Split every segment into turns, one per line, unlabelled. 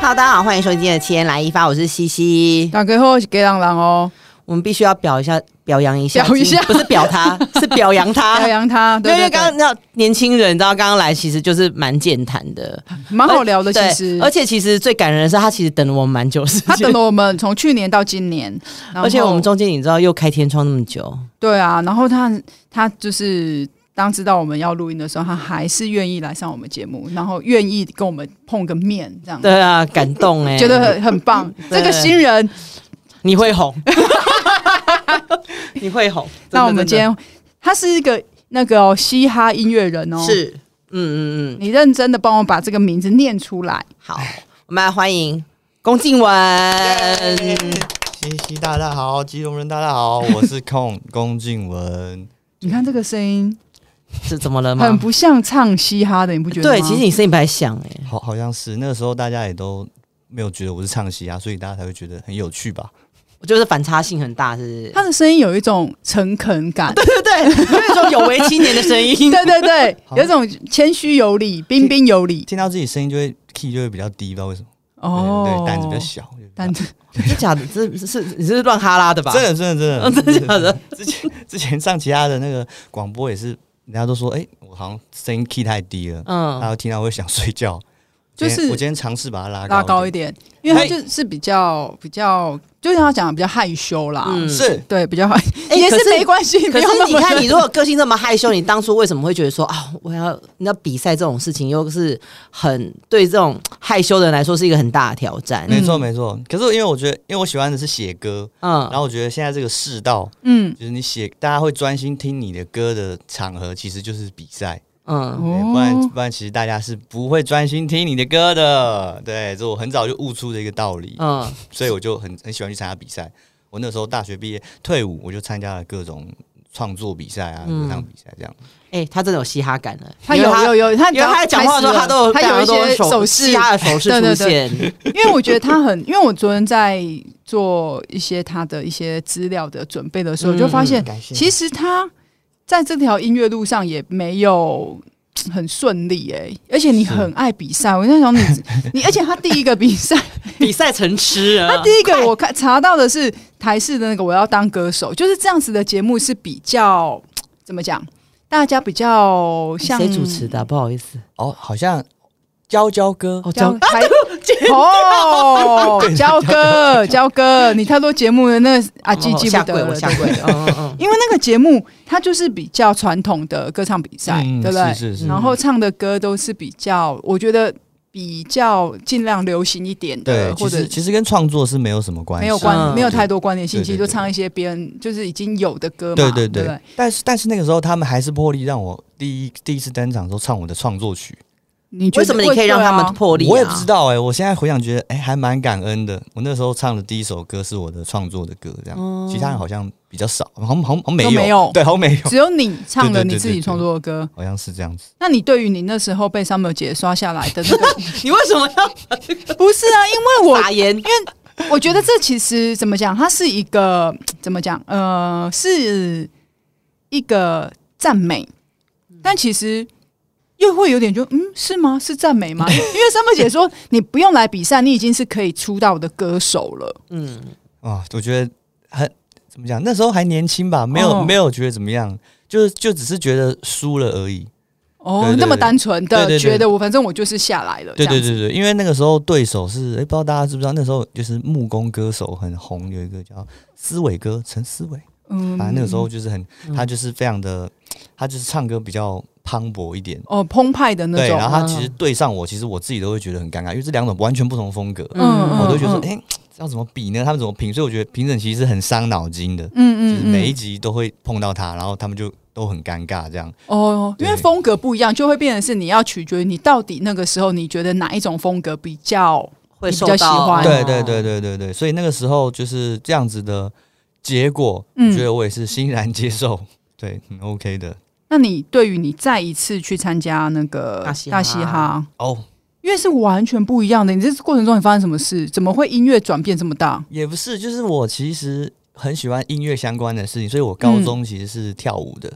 Hello，大家好，欢迎收听今天的《七天来一发》，我是西西。
大家好，我是给朗朗哦，
我们必须要表一下，表扬一下，
表一下
不是表 他，是表扬他。
表扬他，
没
对
啊有因为
对
刚刚
对，
你知道年轻人，你知道刚刚来其实就是蛮健谈的，
蛮好聊的，其
呃对
实
而且其实最感人的是他其实等了我们蛮久的时间，
他等了我们从去年到今年，然后
而且我们中间你知道又开天窗那么 久，
对啊，然后他他就是当知道我们要录音的时候，他还是愿意来上我们节目，然后愿意跟我们碰个面，这样
对啊，感动哎、
觉得很很棒。
对
这个新人，
你会 红，你会红。
那我们今
真的
天他是一个那个、哦、嘻哈音乐人哦，
真的是，嗯嗯嗯，
你认真的帮我把这个名字念出来，
好，我们来欢迎龚静文。
西西大大好，基隆人大大好，我是控龚静文。
你看这个声音
是怎么了吗？
很不像唱嘻哈的，你不觉得吗？
对，其实你声音不太像哎、
好，好像是那个时候大家也都没有觉得我是唱戏啊，所以大家才会觉得很有趣吧。
我就是反差性很大，是不是？
他的声音有一种诚恳感，
对对对，有一种有为青年的声 音。
对对对，
好
有一种谦虚有礼、彬彬有礼。
听到自己声音就会 key 就会比较低，不知道为什么。
哦，
对，对胆子比较小。就比较
胆子
真的假的？这是是你是乱哈拉的吧？
真的真的
嗯，
真的，
真的假的？
之前之前上其他的那个广播也是，人家都说，哎、我好像声音 key 太低了，然
嗯，
后听到会想睡觉。
就
今天
是
我今天尝试把它拉
拉高
一
一
点，
点，因为他
嘿
就是比较比较，就像他讲的比较害羞啦，
嗯
是
对，比较害，
哎
也
可
是没关系。不
可
要那
是你
么
看，你如果个性这么害羞，你当初为什么会觉得说啊，我要你要比赛这种事情，又是很对这种害羞的人来说是一个很大的挑战。
没错
嗯
没错。可是因为我觉得，因为我喜欢的是写歌，然
嗯，
后我觉得现在这个世道，
嗯，
就是你写，大家会专心听你的歌的场合，其实就是比赛，
嗯，
对不然
哦，
不然其实大家是不会专心听你的歌的。对，这我很早就悟出的一个道理，
哦
嗯，
所以我就很很喜欢去参加比赛。我那时候大学毕业退伍，我就参加了各种创作比赛啊、
嗯
歌唱比赛这样。
哎、他真的有嘻哈感了。
他
因为
有有有，他
因为他在讲话的时候，他都有
他有
非
一
常
些
多
手势
嘻，哈的手势
对
出
对对
现。
因为我觉得他很，因为我昨天在做一些他的一些资料的准备的时候，
嗯
就发现
感谢
其实他在这条音乐路上也没有很顺利哎、而且你很爱比赛，我 在想你，你而且他第一个比赛，
比赛成痴啊！
第一个我看查到的是台式的那个我要当歌手，就是这样子的节目是比较怎么讲，大家比较像
谁主持的啊、不好意思，
哦，好像娇娇哥，
哦，
教
讲
台哦，焦哥，焦哥，你太多节目了，那个
啊
阿基记
哦下
不
跪，
得
我
了，
下
对
跪。嗯嗯嗯，
因为那个节目它就是比较传统的歌唱比赛，
嗯
对不对？
是是是
然后唱的歌都是比较，我觉得比较尽量流行一点
对
的，，
其
或者
实其实跟创作是没有什么关系，
没有关、
嗯
没有太多关联性，
对对
其实就唱一些别人就是已经有的歌嘛，
对
对
对
不
对，但是但是那个时候他们还是破例让我第一第一次登场的时候唱我的创作曲，
你觉得
为什么你可以让他们
对啊
破例、啊？
我也不知道哎、我现在回想觉得哎、还蛮感恩的。我那时候唱的第一首歌是我的创作的歌，这样，
嗯
其他人好像比较少，好像好像好像没有，
哦都没有
对，好像没有，
只有你唱了
对对对
你自己
对对
创作的歌？
好像是这样子。
那你对于你那时候被 Summer 姐刷下来的那 个，
你为什么要
不是啊，因为我
打言？因为
我觉得这其实怎么讲，它是一个怎么讲？呃，是一个赞美，但其实又会有点就嗯，是吗？是赞美 吗？因为三妹姐说，你不用来比赛，你已经是可以出道的歌手了。
嗯，
啊，我觉得很怎么讲，那时候还年轻吧，没有、
哦
没有觉得怎么样，就是就只是觉得输了而已。
哦，
对对对
那么单纯的
对对对
觉得我反正我就是下来了，
对
这
对
样子
对对，因为那个时候对手是哎、不知道大家知不知道，那时候就是木工歌手很红，有一个叫思伟哥陈思伟，
嗯
反正那个时候就是很，
嗯
他就是非常的，他就是唱歌比较磅礴一点。
哦，澎湃的那
对，
种
然后他
嗯
其实对上我，其实我自己都会觉得很尴尬，因为这两种完全不同的风格，
嗯
我都觉得说，
嗯
哎、要怎么比呢？他们怎么评？所以我觉得评审其实是很伤脑筋的，就
嗯
是每一集都会碰到他，然后他们就都很尴尬这样。
哦，因为
对
风格不一样，就会变成是你要取决于你到底那个时候你觉得哪一种风格比较
会
你比
受
较
到啊
喜欢
对对对，对对对，所以那个时候就是这样子的结果，
嗯
我觉得我也是欣然接受，对，很 OK 的。
那你对于你再一次去参加那个
大嘻哈
大嘻哈，
哦，
因为是完全不一样的，你这过程中你发生什么事？怎么会音乐转变这么大？
也不是，就是我其实很喜欢音乐相关的事情，所以我高
嗯
中其实是跳舞的，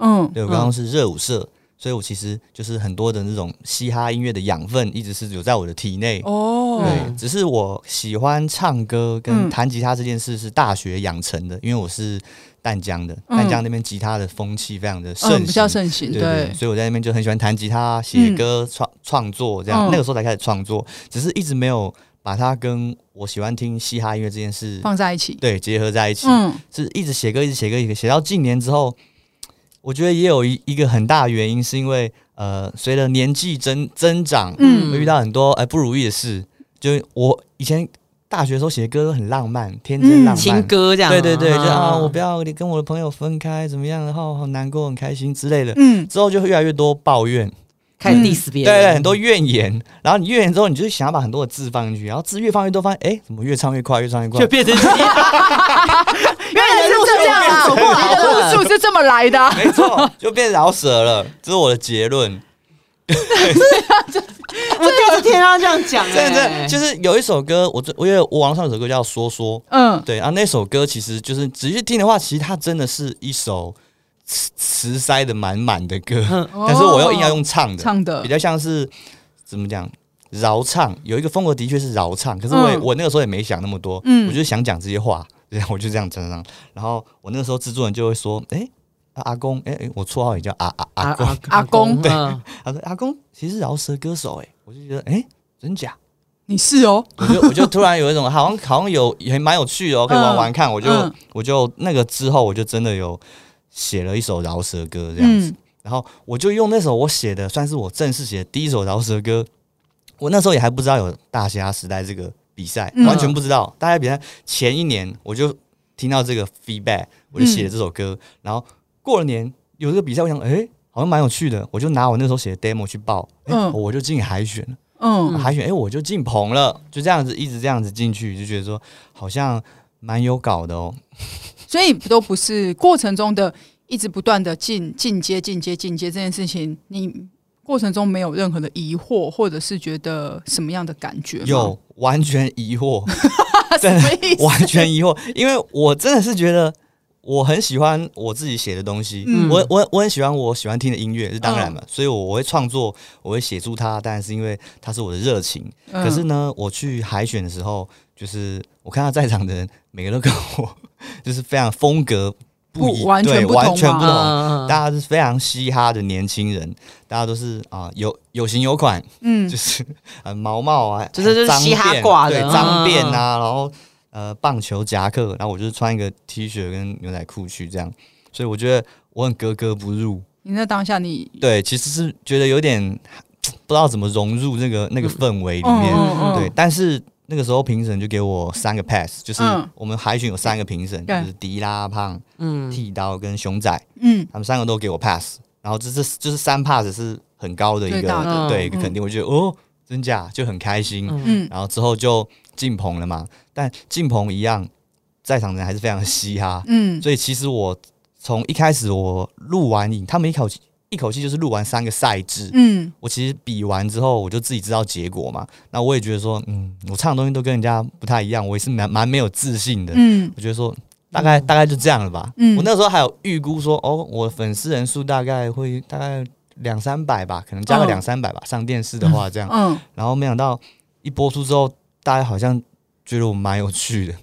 嗯，
对我
嗯
高中是热舞社，所以我其实就是很多的那种嘻哈音乐的养分，一直是有在我的体内。
哦，
对，只是我喜欢唱歌跟
嗯
弹吉他这件事是大学养成的，因为我是淡江的，淡江那边吉他的风气非常的盛行，
嗯嗯，比较盛行，
对对，所以我在那边就很喜欢弹吉他、写歌、创创作这样。
嗯
那个时候才开始创作，只是一直没有把它跟我喜欢听嘻哈音乐这件事
放在一起，
对结合在一起，
嗯，
是一直写歌、一直写歌、一直写到近年之后，我觉得也有一一个很大原因，是因为呃，随着年纪增增长，
嗯
会遇到很多哎、不如意的事。就是我以前大学的时候写歌很浪漫，天真
嗯
浪漫，
情歌这样，嗯
对对对，就啊，我不
要，
要跟我的朋友分开，怎么样，然后好难过、很开心之类的。
嗯，
之后就会越来越多抱怨，
开始
嗯
diss 别
对
人，
对，很多怨言。然后你怨言之后，你就想要把很多的字放进去，然后字越放越多，发现哎，怎么越唱越快，越唱越快
就。变成
原来是这样啊，
走不来了
路数是这么来的啊，
没错，就变饶舌了，这是我的结论。
我第一次听到啊这样讲、
真的真
哎
的，就是有一首歌，我最我有我网上有首歌叫《说说》，
嗯，
对啊，那首歌其实就是仔细听的话，其实它真的是一首词词塞的满满的歌， 但是我又硬要用唱的，
唱的
比，较像是怎么讲饶唱，有一个风格的确是饶唱，可是我也、
嗯
我那个时候也没想那么多，
嗯
我就是想讲这些话，然后我就这样讲讲，然后我那个时候制作人就会说，哎、啊阿公，哎、哎我绰号也叫阿阿阿公，
阿公
对，
他说阿公其实是饶舌歌手、哎，我就觉得哎、真假，
你是哦，
我就我就突然有一种好像好像有也蛮有趣的哦，可以玩玩看，我就、
嗯
我就那个之后我就真的有写了一首饶舌歌这样子，
嗯
然后我就用那首我写的，算是我正式写的第一首饶舌歌。我那时候也还不知道有大虾时代这个比赛，
嗯
完全不知道。大家比赛前一年我就听到这个 feedback，我就写了这首歌。
嗯
然后过了年有这个比赛，我想，哎、好像蛮有趣的，我就拿我那时候写的 demo 去报，诶
嗯
我就进海选了。
嗯
海选，哎、我就进棚了，就这样子一直这样子进去，就觉得说好像蛮有搞的哦。
所以都不是过程中的一直不断的进进阶、进阶、进阶这件事情，你过程中没有任何的疑惑，或者是觉得什么样的感觉吗？
有完全疑惑，
什么意思？
完全疑惑，因为我真的是觉得我很喜欢我自己写的东西，
嗯
我我我很喜欢我喜欢听的音乐，是当然嘛，所以我我会创作，我会写出它，当然是因为它是我的热情。
嗯
可是呢，我去海选的时候，就是我看到在场的人每个都跟我 就是非常风格不
不
一，
完全
对
不同
完全不
嗯
同。
嗯嗯
大家是非常嘻哈的年轻人，大家都是啊、有有型有款，
嗯
就是呃毛毛啊，
就是就是
脏
嘻哈
辫
挂的
对
嗯
脏辫啊，然后呃棒球夹克，然后我就是穿一个 T 恤跟牛仔裤去这样，所以我觉得我很格格不入，
你那当下你
对，其实是觉得有点不知道怎么融入那个那个氛围里面，
嗯嗯嗯
对，但是。那个时候评审就给我三个 pass，就是
嗯
我们海选有三个评审，
对
就是迪拉胖、
嗯，
剃刀跟熊仔，
嗯
他们三个都给我 pass，然后这这就是三 pass 是很高的一
最大
个
的
对一个
嗯
肯定，我觉得哦真假就很开心，
嗯
嗯
然后之后就进棚了嘛，但进棚一样，在场的人还是非常的嘻哈，
嗯
所以其实我从一开始我录完影，他们一口气一口气就是录完三个赛制，
嗯
我其实比完之后我就自己知道结果嘛，那我也觉得说，嗯，我唱的东西都跟人家不太一样，我也是蛮蛮没有自信的，
嗯
我觉得说大概、大概就这样了吧。
嗯
我那时候还有预估说，哦，我粉丝人数大概会大概两三百吧，可能加
嗯
个两三百吧，上电视的话这样。
嗯，
然后没想到一播出之后，大家好像觉得我蛮有趣的，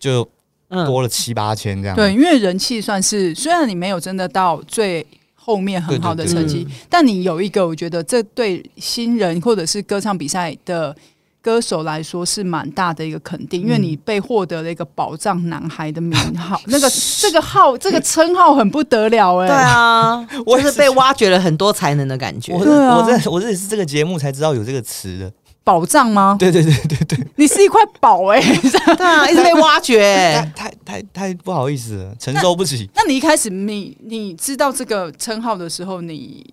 就
嗯，
多了七八千这样。
对，因为人气算是虽然你没有真的到最后面很好的
对对
成
对
绩，但你有一个，我觉得这对新人或者是歌唱比赛的歌手来说是蛮大的一个肯
嗯
定，因为你被获得了一个宝藏男孩的名号， 那个这个号这个称号很不得了哎、
对啊，
我
就
也
是
是
被挖掘了很多才能的感觉
我。
对啊
我这我这也是这个节目才知道有这个词的。
宝藏吗？
对对对对对，
你是一块宝哎、
对啊，一直被挖掘、
太
哎
太太太不好意思了，承受不起。
那你一开始你你知道这个称号的时候，你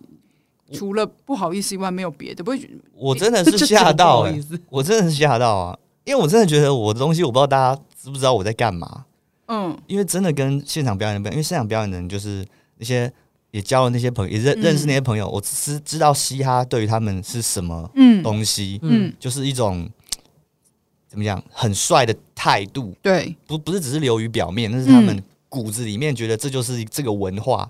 除了不好意思以外，没有别的，不会觉得
我真的是吓到、
就真的不好意
欸
思，
我真的是吓到啊！因为我真的觉得我的东西，我不知道大家知不知道我在干嘛。
嗯
因为真的跟现场表演的不一样，因为现场表演的人就是那些也交了那些朋友，也认
嗯
认识那些朋友，我只是知道嘻哈对于他们是什么
嗯
东西，
嗯，
就是一种怎么讲很帅的态度，
对，
不不是只是流于表面，那是他们
嗯
骨子里面觉得这就是这个文化。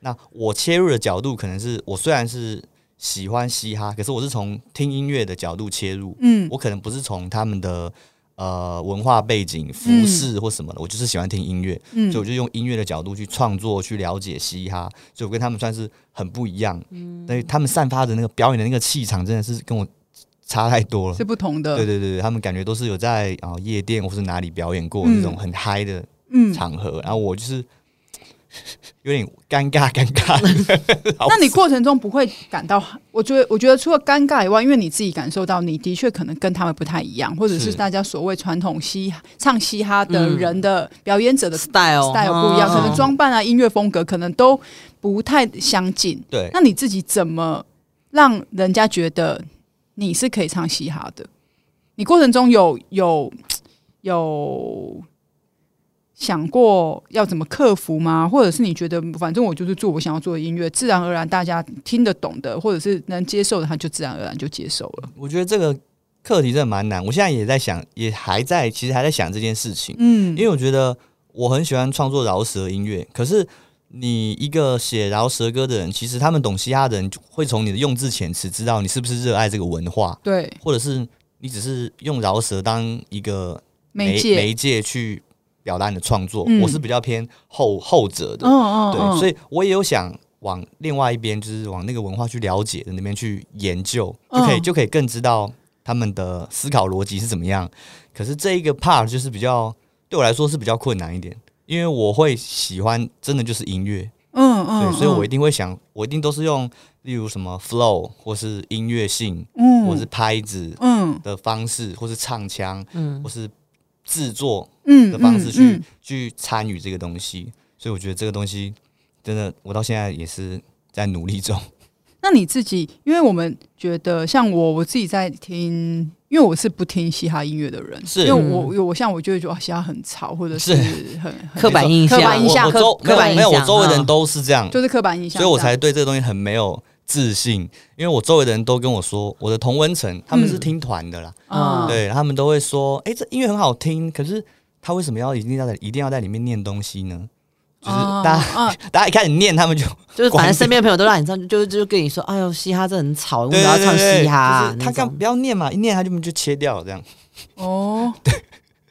那我切入的角度可能是我虽然是喜欢嘻哈，可是我是从听音乐的角度切入，
嗯，
我可能不是从他们的呃文化背景、服饰或什么的，我就是喜欢听音乐，
嗯
所以我就用音乐的角度去创作、去了解嘻哈，所以我跟他们算是很不一样。
嗯
但是他们散发的那个表演的那个气场，真的是跟我差太多了
是。不同的，
对对对，对他们感觉都是有在啊、夜店或是哪里表演过
嗯
那种很嗨的
嗯。
场合，然后我就是有点尴尬尴 尬。
那你过程中不会感到，我觉得，我觉得除了尴尬以外，因为你自己感受到，你的确可能跟他们不太一样，或者是
是
大家所谓传统嘻哈唱嘻哈的人的、表演
嗯
者的
style
style 不一样，
哦
嗯
可能装扮啊、音乐风格可能都不太相近。
对，
那你自己怎么让人家觉得你是可以唱嘻哈的？你过程中有有有想过要怎么克服吗？或者是你觉得反正我就是做我想要做的音乐，自然而然大家听得懂的，或者是能接受的，他就自然而然就接受了。
我觉得这个课题真的蛮难。我现在也在想，也还在，其实还在想这件事情，
嗯
因为我觉得我很喜欢创作饶舌音乐，可是。你一个写饶舌歌的人，其实他们懂嘻哈的人，会从你的用字遣词知道你是不是热爱这个文化，
对，
或者是你只是用饶舌当一个
媒
媒
介，
介去表达你的创作。
嗯
我是比较偏后后者的，
嗯嗯
对，所以我也有想往另外一边，就是往那个文化去了解的那边去研究，就可以、
嗯
就可以更知道他们的思考逻辑是怎么样。可是这一个 part 就是比较对我来说是比较困难一点，因为我会喜欢真的就是音乐，
嗯
对，
嗯，
所以我一
嗯
定会想，我一定都是用例如什么 flow 或是音乐性，
嗯
或是拍子
嗯
的方式，或是唱腔，
嗯
或是制作
嗯
的方式去、
嗯嗯
去参与这个东西，所以我觉得这个东西真的，我到现在也是在努力中。
那你自己，因为我们觉得像我，我自己在听，因为我是不听嘻哈音乐的人，
是
因
嗯
为我我我像我就会觉得哦哇嘻哈很吵，或者是很很
刻板印象，
刻板印象
我我
刻
周没
刻板
有
印
没有，
象，
我周围的人
嗯
都是这样，
就是刻板印象
所
这样，
以我才对这个东西很没有自信，因为我周围的人都跟我说，我的同温层他们是听团的啦，
嗯
嗯
对他们都会说，哎、这音乐很好听，可是他为什么要一定要在一定要在里面念东西呢？就是
啊
大家、
啊
大家一开始念，他们就
就是反正身边的朋友都让你唱，就就跟你说，哎呦，嘻哈这很吵，我们
对
要
对
唱
对对，
嘻哈啊
就是
那
他干
种
不要念嘛，一念他就就切掉了，这样
哦，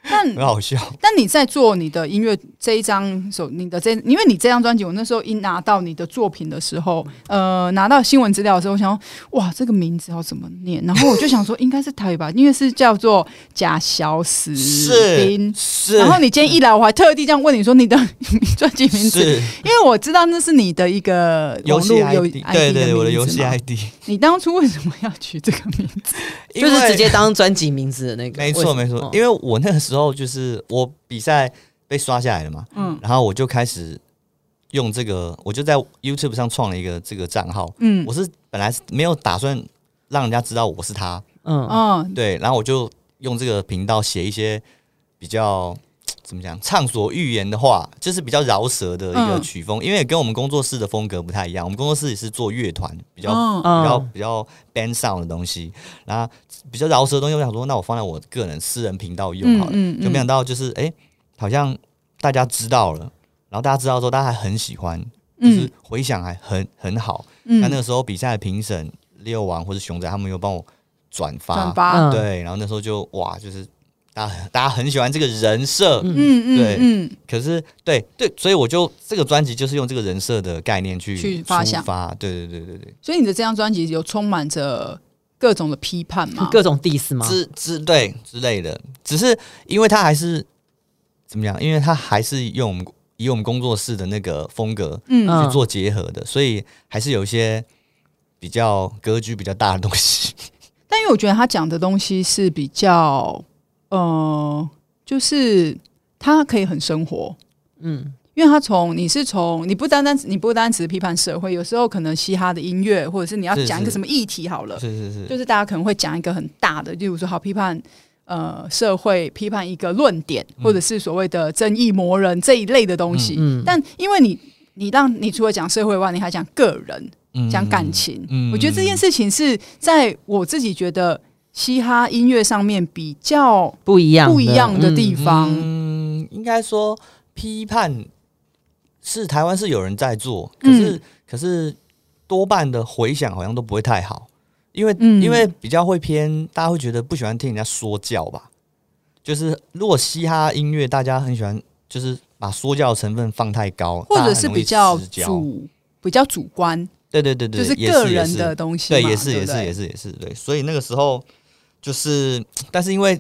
但
很好笑。
但你在做你的音乐这一张手，你的这因为你这张专辑，我那时候一拿到你的作品的时候，
嗯
呃，拿到新闻资料的时候，我想说哇，这个名字要怎么念？然后我就想说，应该是台语吧，因为是叫做假小死
是
兵。
是，
然后你今天一来，我还特地这样问你说你的 专辑名字，
是
因为我知道那是你的一个
游
网
戏
络游
ID，对对
的名
对，
字
我的游戏
嘛
ID，
你当初为什么要取这个名字？
因
就是
为
直接当专辑名字的那个。
没错没错，因
为
为我那个时候就是我比赛被刷下来了嘛，
嗯
然后我就开始用这个，我就在 YouTube 上创了一个这个账号，
嗯
我是本来是没有打算让人家知道我是他，
嗯嗯
嗯
对，然后我就用这个频道写一些比较。怎么讲？畅所欲言的话，就是比较饶舌的一个
嗯
曲风，因为也跟我们工作室的风格不太一样。我们工作室也是做乐团，比较
嗯
比较
嗯
比较 band sound 的东西，然后比较饶舌的东西，我想说，那我放在我个人私人频道用好了，
嗯嗯嗯
就没想到就是哎、诶好像大家知道了，然后大家知道之后，大家还很喜欢，就是回响还很很好。那、
嗯，
那个时候比赛的评审六王或者熊仔他们有帮我转发，
转发，
嗯
对，然后那时候就哇，就是大家大家很喜欢这个人设，
嗯
嗯嗯
对
嗯。
可是对对，所以我就这个专辑就是用这个人设的概念去
去发
出
想
发，对对对对对。
所以你的这张专辑有充满着各种的批判吗？
各种 diss 吗？
之之对之类的，只是因为他还是怎么讲？因为他还是用我们以我们工作室的那个风格
嗯，
嗯
去做结合的，所以还是有一些比较格局比较大的 东西。
但因为我觉得他讲的东西是比较，呃，就是他可以很生活，
嗯
因为他从你是从你不单单你不单只是批判社会，有时候可能嘻哈的音乐，或者是你要
是
讲一个
是
什么议题好了，
是是是，
就是大家可能会讲一个很大的，例如说好批判呃社会，批判一个论点，或者是所谓的争议魔人这一类的东西。
嗯，
但因为你你让你除了讲社会外，你还讲个人，
嗯
讲感情。
嗯
我觉得这件事情是在我自己觉得嘻哈音乐上面比较
不一样的
不一样的地
嗯
方。
嗯，应该说批判是台湾是有人在做，
嗯
可是、可是多半的回响好像都不会太好，因为、
嗯
因为比较会偏，大家会觉得不喜欢听人家说教吧。就是如果嘻哈音乐大家很喜欢，就是把说教的成分放太高，
或
大家
者
很
是
容易
比较
失焦
主比较主观，
对对嗯对
就
对，
是
也
个
也
人
是
的东西嘛，
对，也是
对
也
不
是
对
也是也是对，所以那个时候就是，但是因为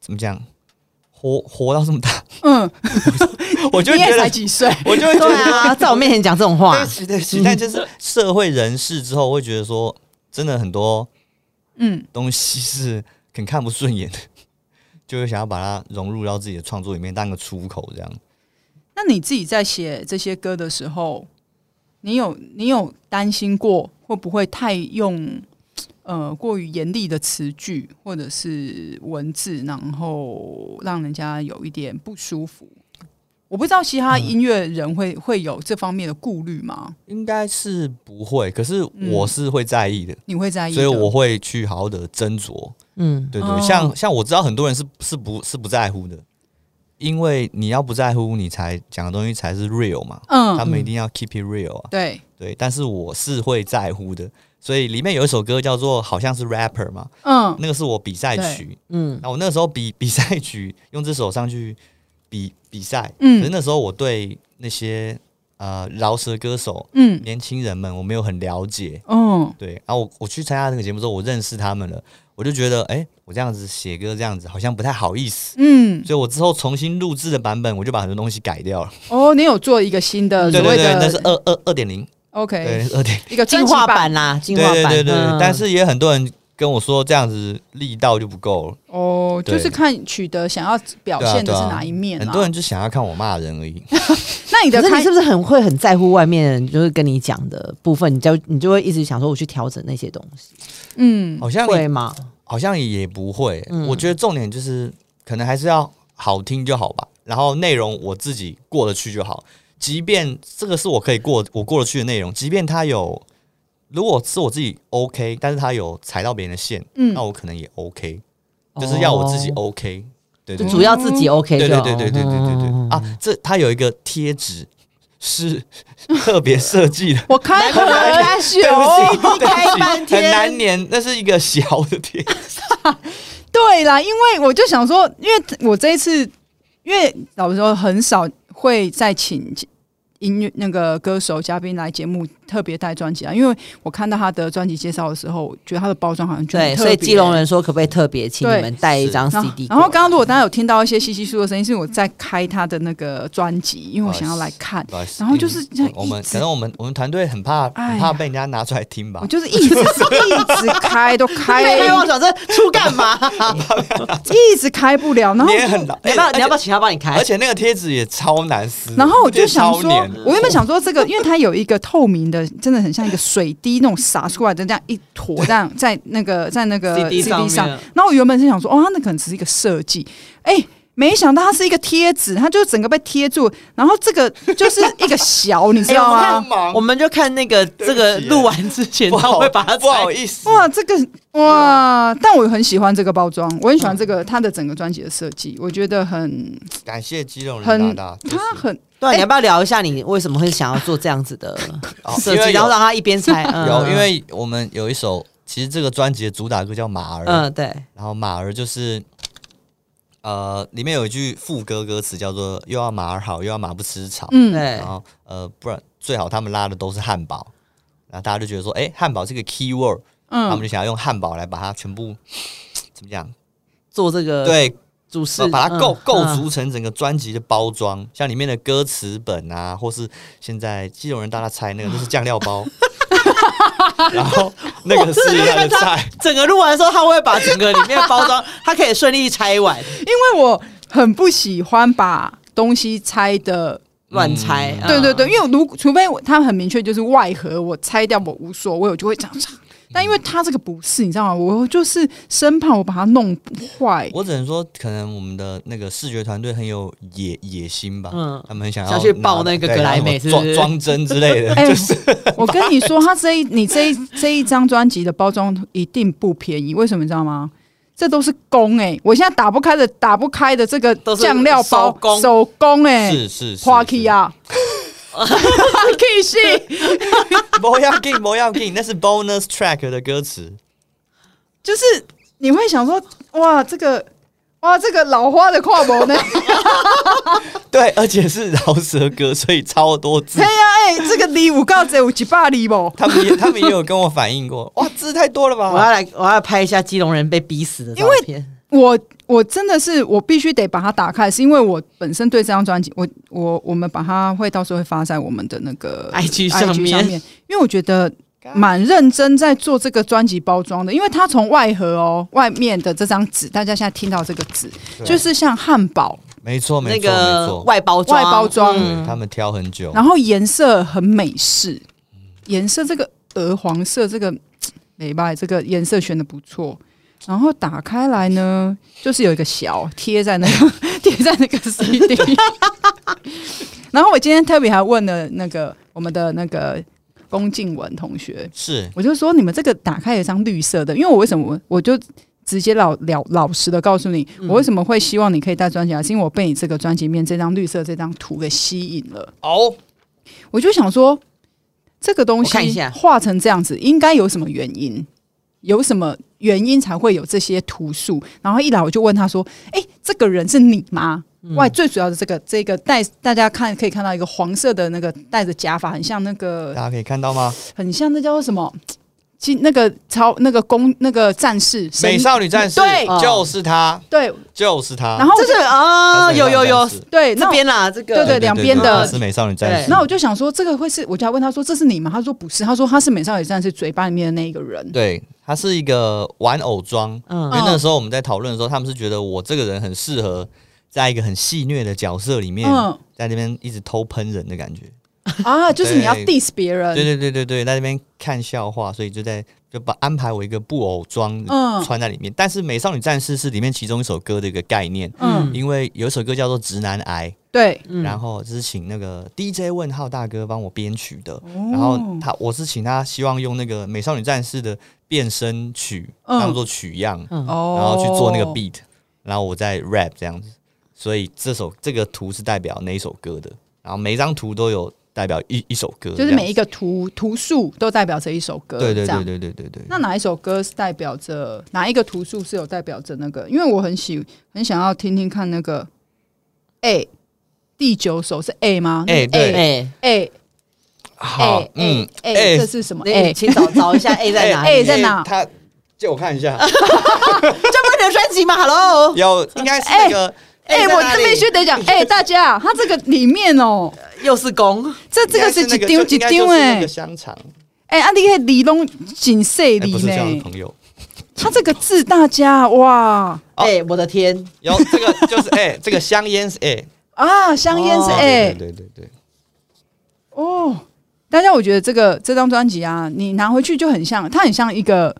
怎么讲，活活到这么大，
嗯，
我就
你
会
也
觉
才
得，
几岁，
我就会觉
对
得，
啊，在我面前讲这种话
对不，起对不起，但就是社会人士之后，我会觉得说，真的很多
嗯，
东西是很看不顺眼的， 就会想要把它融入到自己的创作里面，当个出口这样。
那你自己在写这些歌的时候，你有你有担心过会不会太用呃过于严厉的词句或者是文字，然后让人家有一点不舒服？我不知道嘻哈音乐人会、会有这方面的顾虑吗？
应该是不会，可是我是会在意的，
你会嗯在意的？
所以我会去好好的斟酌。
嗯，
对对，
哦
像像我知道很多人是是不是不在乎的，因为你要不在乎，你才讲的东西才是 real 嘛。他
嗯，
们一定要 keep it real 啊，
对，
对。但是我是会在乎的，所以里面有一首歌叫做好像是 rapper 嘛，
嗯
那个是我比赛曲。
嗯
那我那时候比比赛曲用这首上去比比赛，可
嗯
是那时候我对那些呃饶舌歌手
嗯
年轻人们我没有很了解，
嗯
对，然、后我我去参加那个节目之后，我认识他们了，我就觉得，哎、我这样子写歌这样子好像不太好意思，
嗯，
所以我之后重新录制的版本，我就把很多东西改掉了。
哦，你有做一个新的
嗯对
所
对
谓
对，那是
的
二二二点零，
OK
对，二点
一个专
进
辑
化版啦，进
零，
化
对对
版，
对对对
嗯。
但是也很多人跟我说，这样子力道就不够了，
哦，就
对
是看取得想要表现的
对啊对
是
啊
哪一面
很
啊。
多人就想要看我骂人 而已。
那你的
可是
开
你是不是很会很在乎外面人就是跟你讲的部分，你就你就会一直想说我去调整那些东西，
嗯
好像
会吗？
好像也不会，
嗯
我觉得重点就是可能还是要好听就好吧，然后内容我自己过得去就好。即便这个是我可以过我过得去的内容，即便它有，如果是我自己 OK，但是它有踩到别人的线，
嗯
那我可能也 OK，就是要我自己 OK，、对
哦就
对
主要自己 OK
对
就
对
好
对对对对对对、
嗯
啊！这它有一个贴纸是 特别设计 的。
我开
不能
很
开始
对
哦
不起，对
开
不
半
起，很
天
难念，那是一个小的贴，
对啦，因为我就想说，因为我这一次，因为老实说很少会再请音乐那个歌手嘉宾来节目特别带专辑啊，因为我看到他的专辑介绍的时候，我觉得他的包装好像就很
对，
特
所以
别
基隆人说可不可以特别请
对
你们带一张
然后
CD？
然后
过来
刚刚如果大家有听到一些稀稀疏疏的声音，是我在开他的那个专辑，因为我想要来看，
不好意思
然后就是这样
我
一
们
直
可能我们我们团队很怕
哎呀
很怕被人家拿出来听吧
我，就是一直一直开都开，
妹妹妄想症出干 嘛？
一直开不 了，然后
你也很难。
你要不要
哎
你要不要请他帮你开？
而且那个贴纸也超难撕，
然后我就想说
贴超黏，
我原本想说这个，因为它有一个透明的，真的很像一个水滴那种洒出来的，这样一坨这样在 那个在那个
CD 上面
上。然后我原本是想说，哦，它那可能只是一个设计，哎、没想到它是一个贴纸，它就整个被贴住，然后这个就是一个小，你知
哎
道
我
吗？
很忙
我们就看那个这个
耶
录完之前，
不
他
好
会把它
不好
拆
意思，
哇，这个哇！但我很喜欢这个包装，我很喜欢这个它的整个专辑的设计，我觉得很，
感谢肌肉
很
人大大，就是
它很
对啊，
哎
你要不要聊一下你为什么会想要做这样子的
哦
设
因
计，
为有
然后让他一边拆？嗯
有，因为我们有一首，其实这个专辑的主打歌叫《马儿》，
嗯，对，
然后马儿就是，呃，里面有一句副歌歌词叫做“又要马儿好，又要马不吃草”，
嗯
对
然，后呃，不然最好他们拉的都是汉堡，然后大家就觉得说，哎，汉堡这个 key word，他们
嗯
就想要用汉堡来把它全部怎么讲？
做这个
对，哦
主事，
把它构
呃嗯
构。
嗯
筑成整个专辑的包装，像里面的歌词本啊，或是现在基隆人大家猜那个就是酱料包，然后那个是他的菜，
整个录完之后，他会把整个里面的包装， 他可以顺利拆完，
因为我很不喜欢把东西拆的，
乱拆。嗯
对对对，因为如除非我它很明确就是外盒，我拆掉我无所谓，我就会这样拆。但因为它这个不是，你知道吗？我就是生怕我把它弄坏。
我只能说，可能我们的那个视觉团队很有野野心吧，
嗯
他们很想要
想去抱那个
拿
格莱美
对
是不是
装装帧之类的，
哎
就是
我跟你说，它这一你这一这一张专辑的包装一定不便宜，为什么你知道吗？这都是工哎、我现在打不开的打不开的这个
都是
酱料包
手工
手工哎、
是是是
花 key 啊，可以信，
不要紧，不要紧，那是 bonus track 的歌词。
就是你会想说，哇，这个哇，这个老花的跨 模呢？
对，而且是饶舌歌，所以超多字
哎。呀，哎、这个离五告只有几百离不？
他们也他们也有跟我反映过，哇，字太多了
我要
吧？
来，我要拍一下基隆人被逼死的照片。
我我真的是我必须得把它打开，是因为我本身对这张专辑，我我我们把它会到时候会发在我们的那个
IG 上面
面，因为我觉得蛮认真在做这个专辑包装的，因为它从外盒哦外面的这张纸，大家现在听到这个纸，
对
就是像汉堡，
没错，没
那
错，没
个
错。
外包装，嗯
外包装
对他们挑很久，
然后颜色很美式，颜色这个鹅黄色这个美吧，这个颜色选的不错。然后打开来呢，就是有一个小贴在那个 贴在那个 CD。然后我今天特别还问了那个我们的那个龚静文同学，
是
我就说你们这个打开有一张绿色的，因为我为什么我就直接老了老实的告诉你，我为什么会希望你可以带专辑啊来，是因为我被你这个专辑里面这张绿色这张图给吸引了。
哦，
我就想说，这个东
我看一
西
下
画成这样子，应该有什么原因？有什么原因才会有这些图数？然后一来我就问他说：“哎、这个人是你吗？”
嗯
外最主要的这个这个戴，大家看可以看到一个黄色的那个戴着假发，很像那
大
个，
家可以看到吗？
很像那叫做什么？其那个超那个公那个战士，神
美少女战士
对
哦
就是她，
对，
就是她。
然后我
这
就
个啊，
她是美少
有
女
有有
战，士
对那
这
我
边啦，这个
对对两边的
她是美少女战士
对。
那我就想说，这个会是我就还问他说：“这是你吗？”他说：“不是。”他说：“他是美少女战士嘴巴里面的那一个人。”
对，她是一个玩偶装。因
嗯
为那时候我们在讨论的时候，他们是觉得我这个人很适合在一个很戏谑的角色里面，
嗯
在那边一直偷喷人的感觉。
啊，就是你要
对
diss 别人，
对对对对对，在那边看笑话，所以就在就把安排我一个布偶装
嗯
穿在里面。但是《美少女战士》是里面其中一首歌的一个概念，
嗯，
因为有一首歌叫做《直男癌》，
对，
嗯
然后这是请那个 DJ 问号大哥帮我编曲的，
哦
然后他我是请他希望用那个美少女战士的变身曲
嗯
当做曲样，
嗯
哦
然后去做那个 beat，然后我再 rap 这样子，所以这首这个图是代表哪一首歌的，然后每一张图都有代表一一首歌这样子，
就是每一个图图数都代表着一首歌，
对对
这
对
样。
对对对对，
那哪一首歌是代表着哪一个图数是有代表着那个？因为我很喜很想要听听看那个 A 第九首是 A 吗？
哎对
哎，
A
好
A，
嗯
A 哎这
哎
是什么
那
A？
请找找一下 A 在 哪里？
哎在哪
他借我看一下，
这不是你的专辑吗？Hello，
有应该是那个
哎，
在
我
哪
这
里
必须得 讲，哎，大家，它这个里面哦，
又是公，
这这
应该
是
那
几丢
就
几
应该
丢
就是那
哎
个香肠，
哎，啊，你可以理拢紧碎
哎
理
不是这样的
呢，
朋友。
它这个字大家哇
哦
哎，我的天，
有这个就是哎、这个香烟是哎，
啊，香烟是
哦
A，
对对对对，
哦，大家，我觉得这个这张专辑啊，你拿回去就很像，它很像一个，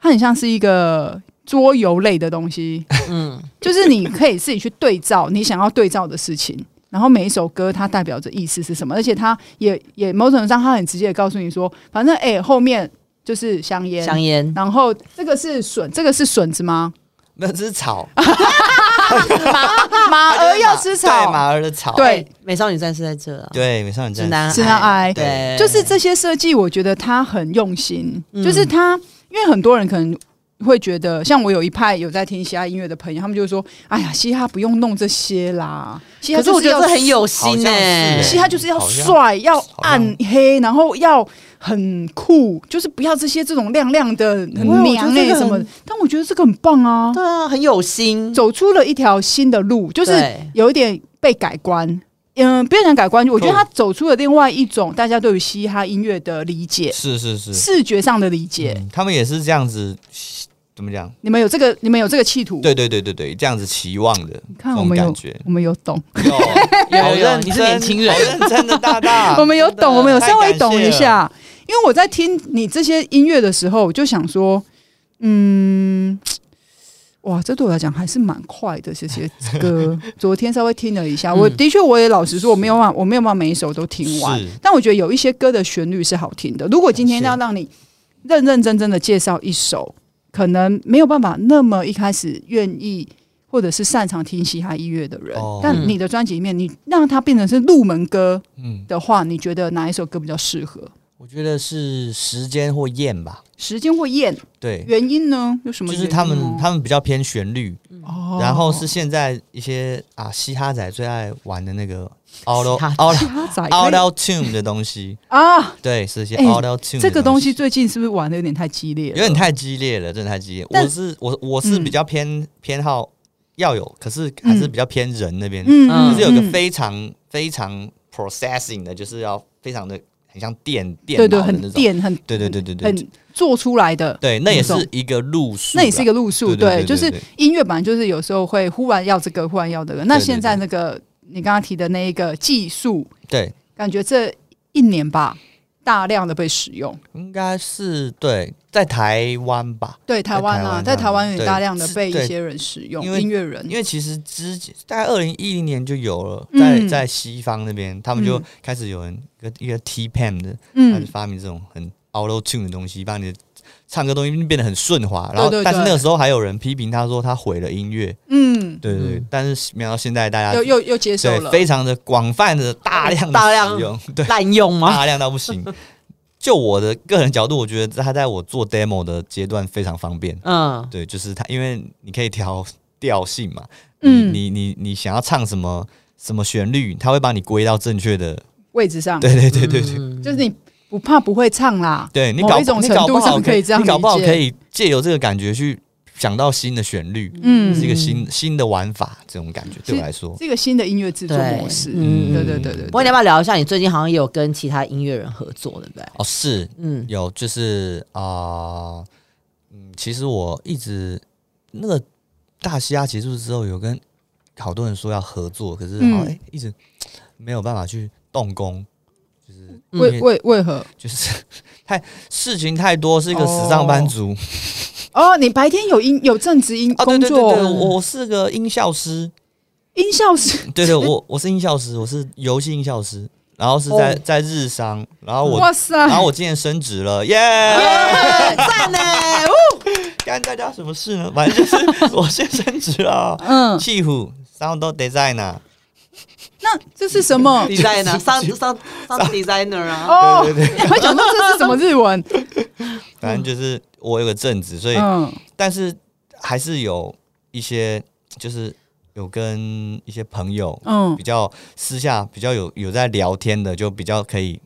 它很像是一个桌游类的东西，
嗯，
就是你可以自己去对照你想要对照的事情，然后每一首歌它代表着意思是什么，而且它也也某种程度上它很直接的告诉你说，反正哎、后面就是香烟，
香烟，
然后这个是笋，这个是笋子吗？
那只是草，
马
它
儿
就是
哦要吃
对
草，
马儿的草，
对
哎，美少女战士在这啊，
对，美少女
直
战
男
士，
直男癌
对，
就是这些设计，我觉得他很用心，
嗯
就是他，因为很多人可能。会觉得，像我有一派有在听嘻哈音乐的朋友，他们就会说：“哎呀，嘻哈不用弄这些啦，嘻哈
可是
就
我
是
觉
要
得这很有心欸呢、
好像是啊
嘻哈就是要
哎好像
帅、要
好像
暗黑，然后要很酷，就是不要这些这种亮亮的、很
我觉
娘
得
哎、
这个
什么的
很。
但我觉得这个很棒啊，
对啊，很有心，
走出了一条新的路，就是
对
有一点被改观。嗯，不要讲改观，我觉得他走出了另外一种大家对于嘻哈音乐的理解，
是是是，
视觉上的理解。
嗯他们也是这样子，怎么讲？
你们有这个，你们有这个企图。，
对对对对对，这样子期望的，
你看
这
我
种
们有
感觉，，
我们有懂，
有好
有有
认真，
你是年轻人
好认真的大大
我，们有
真的
懂，我们有
太
稍微
感谢
懂一下。因为我在听你这些音乐的时候，我就想说，嗯，哇，这对我来讲还是蛮快的。这些 歌，昨天稍微听了一下，
嗯
我的确我也老实说，我没有办法，我没有办法每一首都听完
是。
但我觉得有一些歌的旋律是好听的。如果今天
感谢
要让你认认真真的介绍一首，可能没有办法那么一开始愿意。或者是擅长听嘻哈音乐的人，
哦
但你的专辑里面，你让它变成是入门歌
嗯，
的话，你觉得哪一首歌比较适合？
我觉得是时间或厌吧，
时间或厌，
对，
原因呢？有什么
就
原因
是
吗？
他们他们比较偏旋律，
哦
然后是现在一些啊嘻哈仔最爱玩的那个 auto
哈仔
auto
他仔哎
auto tune 的东西，
啊，
对，是一些
哎
auto tune
这个东西
西。
最近是不是玩的有点太激烈
有
了？
点太激烈了，真的太激烈。
但
我是我我是比较偏、
嗯
偏好要有，可是还是比较偏人那边，
嗯，
嗯
就是有个
嗯
非常、非常 processing 的，就是要非常的很像电电
对对，
脑的那
很
种，
电，很
对对对对对
很做出来的，
对，那也
那
是
种
一个路数啦，
那也是一个路数，
对对对对
就是
对
音乐版就是有时候会忽然要这个，忽然要这个。那
对对
现在那个你刚刚提的那一个技术，
对，
感觉这一年吧，大量的被使用，
应该是对，在台湾吧，
对台湾啊，在
在
台
台湾
湾也
对
大量的
是
被一
对
些人使用，
因为
音乐人
因，为其实之前大概二零一零年就有了，在、
嗯
在西方那边，他们就
嗯
开始有人一个一个 T Pan 的，他就
嗯，
发明这种很 auto tune 的东西，把你的唱歌东西变得很顺滑。然后，
对对
但是
对
那个时候还有人批评他说他毁了音乐，
嗯，
对对对。
嗯
但是没想到现在大家
又又又接受
对
了，
非常的广泛的 大量地
大量
使用，对
滥用吗？
大量到不行。 就我的个人角度，我觉得他在我做 demo 的阶段非常方便。
嗯，
对，就是他，因为你可以调调性嘛，
嗯
嗯，你你你想要唱什么什么旋律，他会把你归到正确的。
位置上，
对对对对对。
嗯
就是你不怕不会唱啦，
对你
某
搞
一种
你
程
搞
度
不好
上可以这样
你搞不好
理解
可以借由这个感觉去想到新的旋律，
嗯
是一个新新的玩法，这种感觉对我来说，
这个新的音乐制作
对
模式，
嗯
对对对对
不过你
对，
要不要聊一下，你最近好像也有跟其他音乐人合作，对不对？
哦，是
嗯，
有就是啊、嗯，其实我一直那个大西亚结束之后，有跟好多人说要合作，可是好像、
嗯
哎一直没有办法去动工，
嗯
为为为何？
就是 太事情太多，是一个时尚班族
哦，你白天有音有正职音
啊，对
工
对对对，
作，哦
我我是个音效师。
音效是，
对对，我我是音效师，我是游戏音效师，然后是在、
哦
在日商，然后我、
哇塞，
然后我今年升职了，耶、
赞 呢！哦
干大家什么事呢？反正就是 我先升职了，
嗯，
气虎 sound designer，
那这是什么？
designer 上上上 designer 啊，
哦，
对对对，
我想说这是什么日文？
反正就是我有个正职，所以、
嗯
但是还是有一些就是有跟一些朋友
嗯
比较私下比较有有在聊天的，就比较可以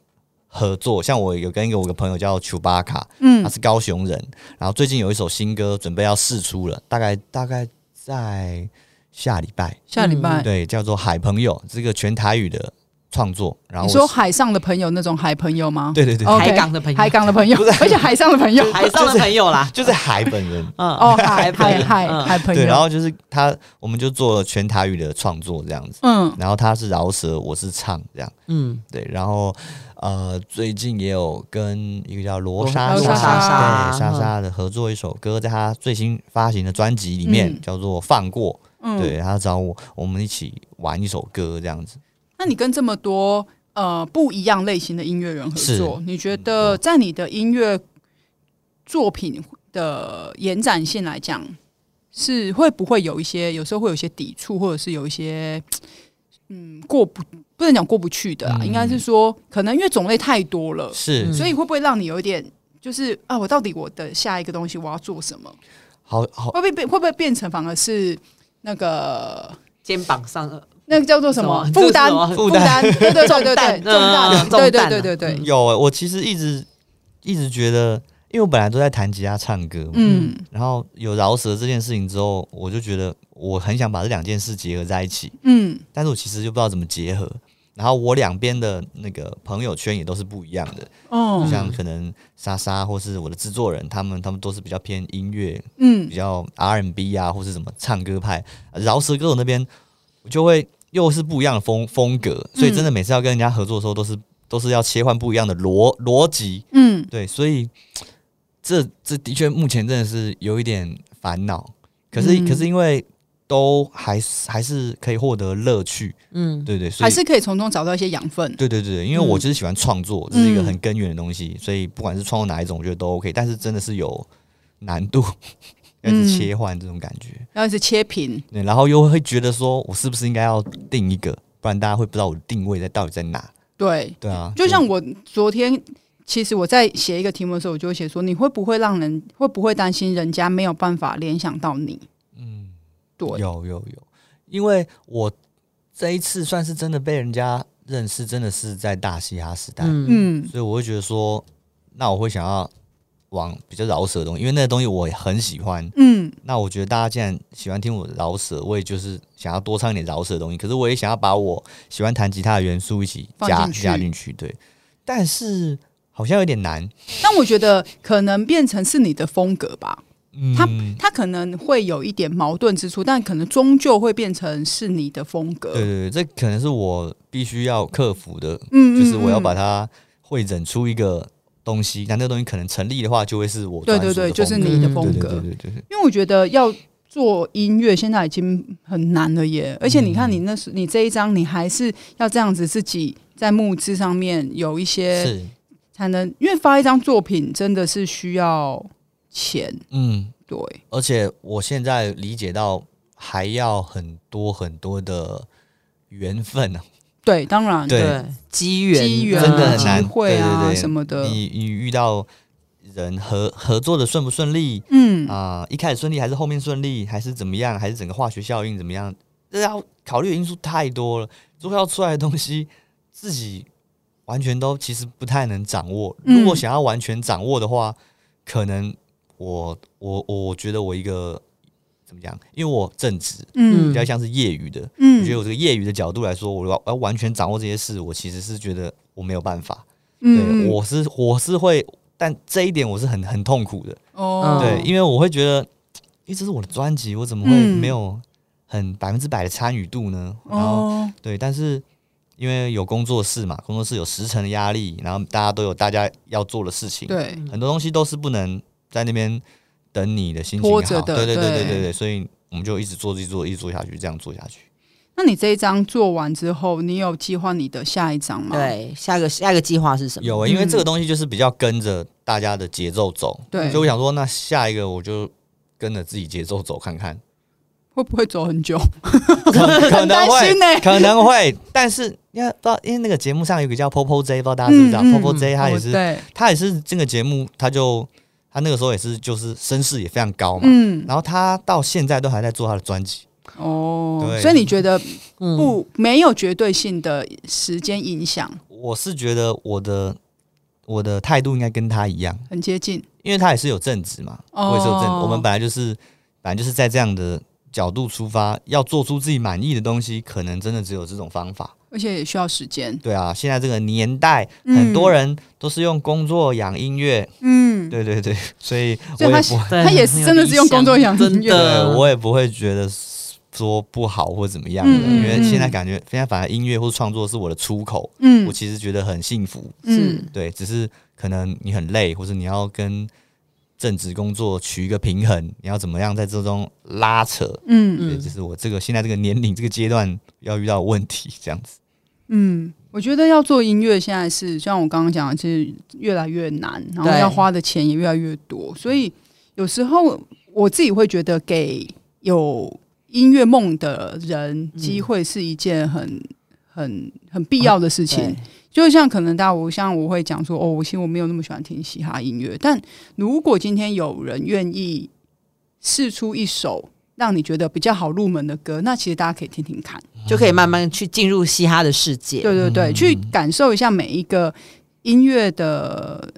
合作。像我有跟一个我的朋友叫丘巴卡，他
嗯，
是高雄人，然后最近有一首新歌准备要试出了，大概大概在下礼拜，
下礼拜
对，叫做《海朋友》，这个全台语的创作。然后
你
我
说
是
海哦上的朋友那种海朋友吗？
对对对，
OK
海港的朋友，
海港的朋友，而且海上的朋友，
海上的朋友啦，。
就是海本人
嗯，
哦，海海
朋友
海
嗯
海 朋
对，然
友，
后就是他，我们就做了全台语的创作这样子。
嗯
然后他是饶舌，我是唱这样。
嗯，
对，然后呃，最近也有跟一个叫罗
罗
莎
罗
莎
莎
莎
对莎
嗯
莎的合作一首歌，在她最新发行的专辑里面、
嗯
叫做《放过》。
嗯，
对，他找我，我们一起玩一首歌这样子。
那你跟这么多呃不一样类型的音乐人合作，你觉
嗯
得在你的音乐作品的延展性来讲，是会不会有一些有时候会有一些抵触，或者是有一些嗯过不不能讲过不去的啦，啊
嗯
应该是说可能因为种类太多了，
是，
嗯
所以会不会让你有一点就是啊，我到底我的下一个东西我要做什么？
好
会
好
哦
不会变会不会变成反而是那个
肩膀上的
那个叫做什么
什么
负
这
担
是什么
负担？对对对对对，
重担
担
嗯
对
重
对
担
对对对，
有、欸、我其实一直一直觉得，因为我本来都在弹吉他唱歌嘛，
嗯
然后有饶舌这件事情之后，我就觉得我很想把这两件事结合在一起，
嗯
但是我其实就不知道怎么结合。然后我两边的那个朋友圈也都是不一样的，就
哦
像可能莎莎或是我的制作人，他们他们都是比较偏音乐，
嗯
比较 R&B 啊，或是什么唱歌派，饶舌歌手那边我就会又是不一样的风风格，所
嗯
以真的每次要跟人家合作的时候，都是都是要切换不一样的逻逻辑，
嗯
对，所以这这的确目前真的是有一点烦恼，可是、
嗯
可是因为都还是还是可以获得乐趣，
嗯，
对对，所以
还是可以从中找到一些养分。
对对对，因为我
嗯
就是喜欢创作，这是一个很根源的东西，所以不管是创作哪一种，我觉得都 OK，但是真的是有难度，要一直
嗯
切换这种感觉。
然后一直切屏，
对，然后又会觉得说，我是不是应该要定一个，不然大家会不知道我的定位在到底在哪？
对，
对啊，
就像我昨天，其实我在写一个题目的时候，我就会写说，你会不会让人会不会担心人家没有办法联想到你？
嗯，
对，
有有有，因为我这一次算是真的被人家认识，真的是在大嘻哈时代，
嗯，
嗯，
所以我会觉得说，那我会想要往比较饶舌的东西，因为那个东西我也很喜欢。
嗯，
那我觉得大家既然喜欢听我的饶舌，我也就是想要多唱一点饶舌的东西。可是我也想要把我喜欢弹吉他的元素一起
放
加
进去
加进去，对。但是好像有点难，
但我觉得可能变成是你的风格吧，
嗯，
他它可能会有一点矛盾之处，但可能终究会变成是你的风格。
对对对，呃这可能是我必须要克服的，
嗯，嗯
就是我要把
嗯
它汇整出一个东西。那那个东西可能成立的话，就会是我
对
专
对
属的
对，就是
风格
你的
嗯
风
对
格。
对对对对，
因为我觉得要做音乐现在已经很难了耶，而且你看你那
嗯
时你这一张，你还是要这样子自己在募资上面有一
对
些
是
才能，因为发一张作品真的是需要钱，
嗯，
对，
而且我现在理解到还要很多很多的缘分啊，
对，当然
对
对，机缘
机缘、
真的很
啊、
难
机会啊
对对对
什么的，
你你遇到人合合作的顺不顺利
嗯，
啊、一开始顺利还是后面顺利，还是怎么样？还是整个化学效应怎么样？这要考虑的因素太多了。最后要出来的东西，自己完全都其实不太能掌握。如果
嗯
想要完全掌握的话，可能我我我我觉得我一个怎么讲？因为我正职比
嗯
较像是业余的，我觉得
嗯
我这个业余的角度来说，我要我要完全掌握这些事，我其实是觉得我没有办法。对，
嗯，
我是我是会，但这一点我是很很痛苦的。
哦，
对，因为我会觉得，因为这是我的专辑，我怎么会
嗯
没有很百分之百的参与度呢？然后
哦，
对，但是因为有工作室嘛，工作室有时程的压力，然后大家都有大家要做的事情，
对，
很多东西都是不能在那边等你的心情
拖
好，
着的
对对对
对
对对对，所以我们就一直做，一直做，一直做下去，这样做下去。
那你这一张做完之后，你有计划你的下一张吗？
对，下一个下一个计划是什么？
有、欸，因为
嗯
这个东西就是比较跟着大家的节奏走，
对
所以我想说，那下一个我就跟着自己节奏走看看，
会不会走很久？
可可
很
能
担
会
心欸呢、
可能会，但是因为不知道，因为那个节目上有个叫 Popo J，不知道大家知不知道、
嗯嗯
Popo J，他也是
对，
他也是这个节目，他就他那个时候也是就是声势也非常高嘛，
嗯，
然后他到现在都还在做他的专辑，
哦，
对
所以你觉得
嗯
不、没有绝对性的时间影响，
我是觉得我的我的态度应该跟他一样，
很接近
因为他也是有正职嘛，
哦
我也是有正职，我们本来就是本来就是在这样的角度出发，要做出自己满意的东西，可能真的只有这种方法。
而且也需要时间。
对啊，现在这个年代，
嗯
很多人都是用工作养音乐，
嗯，
对对对，所以我
所以
也
他
不
对
他也是呃真的是用工作养
真
音乐，
的
对我也不会觉得说不好或怎么样的，
嗯嗯
因为现在
嗯
感觉现在反而音乐或创作是我的出口，
嗯
我其实觉得很幸福。
是
嗯，
对，只是可能你很累，或是你要跟正职工作取一个平衡，你要怎么样在这中拉扯？
嗯
对，
嗯
这是我这个现在这个年龄这个阶段要遇到的问题，这样子。
嗯，我觉得要做音乐现在是，就像我刚刚讲的，是越来越难，然后
对
要花的钱也越来越多，所以有时候我自己会觉得给有音乐梦的人机会是一件很、很很必要的事情。
哦对
就像可能大家我像我会讲说，哦，我其实我没有那么喜欢听嘻哈音乐，但如果今天有人愿意试出一首让你觉得比较好入门的歌，那其实大家可以听听看。
就可以慢慢去进入嘻哈的世界。
对对对，
嗯
去感受一下每一个音乐的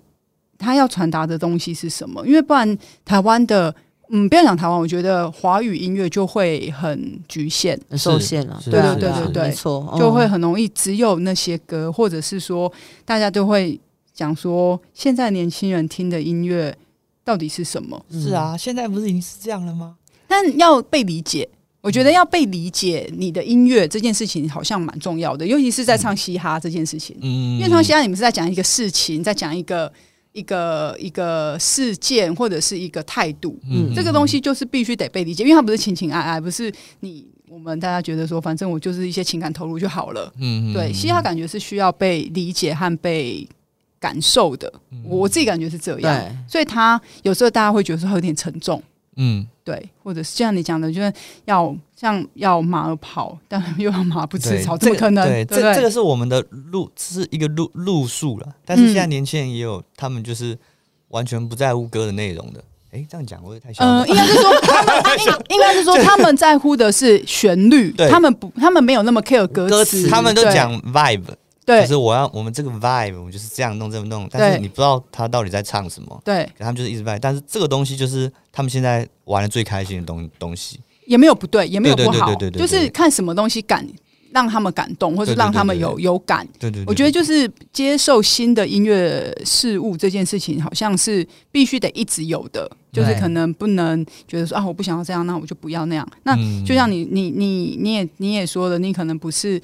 他要传达的东西是什么，因为不然台湾的。嗯，不要讲台湾，我觉得华语音乐就会很局限，
很受限了，
是
对
啊
对
啊
对对
没错，
就会
嗯
很容易只有那些歌，或者是说大家都会讲说，现在年轻人听的音乐到底是什么？
是啊，
现在不是已经是这样了吗？
但要被理解，我觉得要被理解你的音乐这件事情好像蛮重要的，尤其是在唱嘻哈这件事情。
嗯，
因为像现在你们是在讲一个事情，在讲一个一个一个事件或者是一个态度，
嗯
这个东西就是必须得被理解，因为它不是情情爱爱，不是你我们大家觉得说，反正我就是一些情感投入就好了。
嗯，嗯
对，嘻哈感觉是需要被理解和被
嗯
感受的，我自己感觉是这样。
对，
所以他有时候大家会觉得说有点沉重，
嗯，
对，或者是像你讲的，就是要像要马儿跑，但又要马不吃
对
草，
这
怎
个
么可能？对
对，
不
这
对
这个是我们的路，是一个路路数了。但是现在
嗯
年轻人也有，他们就是完全不在乎歌的内容的。哎，这样讲我也太嚣张
呃，
了。
应该是 说，他们应应该是说，他们在乎的是旋律，
对
他们不，他们没有那么 care 歌
歌
词，
词
他们都
对
讲 vibe，就
对
是我要我们这个 vibe，我们就是这样弄这么弄，但是
对
你不知道他到底在唱什么。
对，
可他们就是一直 vibe，但是这个东西就是他们现在玩的最开心的东东西。
也没有不对，也没有不好
对对对对对，对
就
对
是看什么东西感让他们感动，或者
对对对
让他们
对
有有感。
对对对
我觉得就是接受新的音乐事物这件事情，好像是必须得一直有的，就是
对
可能不能觉得说啊，我不想要这样，那我就不要那样。那
嗯
就像你你你你也你也说了，你可能不是。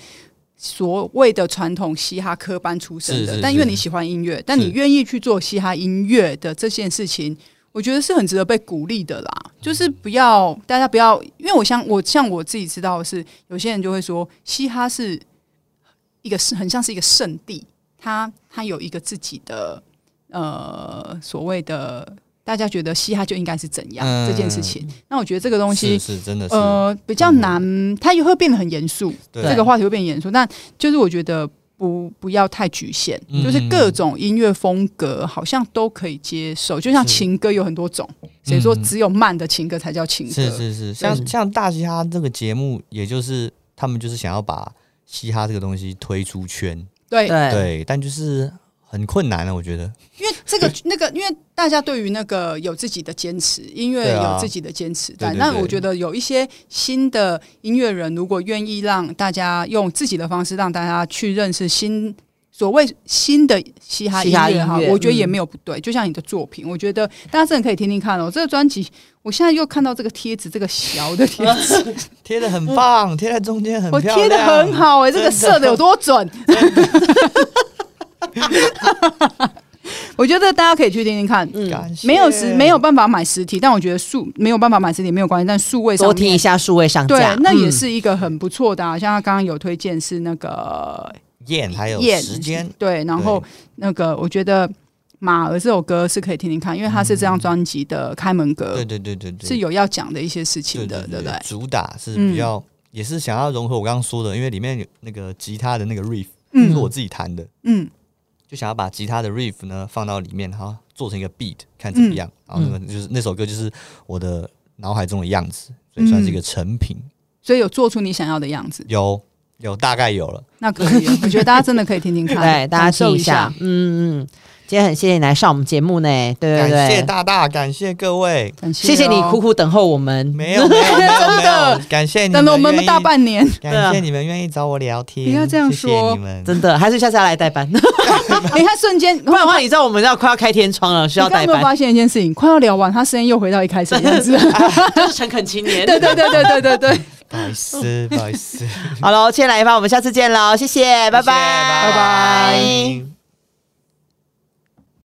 所谓的传统嘻哈科班出身的，
是是
但因为
是
你喜欢音乐，但
是
你愿意去做嘻哈音乐的这件事情，我觉得是很值得被鼓励的啦。就是不要大家不要，因为我像我像我自己知道的是，有些人就会说嘻哈是一个是很像是一个圣地，它它有一个自己的呃所谓的大家觉得嘻哈就应该是怎样、
嗯
这件事情。那我觉得这个东西
是是真的是，嗯
呃，比较难，它也会变得很严肃，
对
这个话题会变严肃。但就是我觉得不不要太局限，
嗯
就是各种音乐风格好像都可以接受。就像
是
情歌有很多种，谁说
嗯
只有慢的情歌才叫情歌？
是是是，像像大嘻哈这个节目，也就是他们就是想要把嘻哈这个东西推出圈，
对，
对
对，但就是很困难了，啊我觉得。
因为这个那个，因为大家对于那个有自己的坚持，音乐
对啊
有自己的坚持
对
但
对
那
对
我觉得有一些新的音乐人，如果愿意让大家用自己的方式让大家去认识新所谓新的嘻哈音
嘻哈音
乐
乐
哈，我觉得也
嗯
没有不对。就像你的作品，我觉得大家真的可以听听看哦。这个专辑，我现在又看到这个贴纸，这个小的贴纸，
贴的很棒，贴在中间很
我
漂亮，
贴的很好哎、这个
真
射的有多准？我觉得大家可以去听听看，
嗯
感谢
没有实没有办法买实体，但我觉得数没有办法买实体没有关系，但数位上
多听一
面
下数位上
对
架，，
那也
嗯
是一个很不错的、啊。像他刚刚有推荐是那个
燕，还有
燕
时间，
对，然后那个我觉得《马儿》这首歌是可以听听看，因为它是这
嗯
张专辑的开门歌，
对对对对对，
是有要讲的一些事情
对
的，对不对？
主打是
嗯
比较、也是想要融合我刚刚说的，因为里面有那个吉他的那个 riff
嗯
是我自己弹的，
嗯
就想要把吉他的 riff 呢放到里面，然后做成一个 beat，看怎么样。
嗯
然后那个就是那首歌就是我的脑海中的样子，所以算
嗯
是一个成品。
所以有做出你想要的样子，
有有大概有了，
那可 以，我觉得大家真的可以听听看，
对，大家
感受
听
一
一下，嗯嗯，嗯今天很谢谢你来上我们节目呢，对对
感谢
对，
大大，感谢各位。
感谢
谢谢
哦
你苦苦等候我们，
没 有没有没有没
的
有，感谢你们
等了我们
愿意
大，半年，
感谢你们愿意找我聊天。
不要这样
谢谢
说
你们。
真的，还是下次要来代班，
哎，他瞬间
不然的话，你知道我们要快要开天窗了，需要
你刚
代
有没有
班，
发现一件事情？快要聊完，他声音又回到一开始的 样子。
就是诚恳青年。
对对对对对对对，
不好意思， 不好意思，
好了，谢谢来一发，我们下次见喽，谢谢，拜拜，
拜
拜
拜。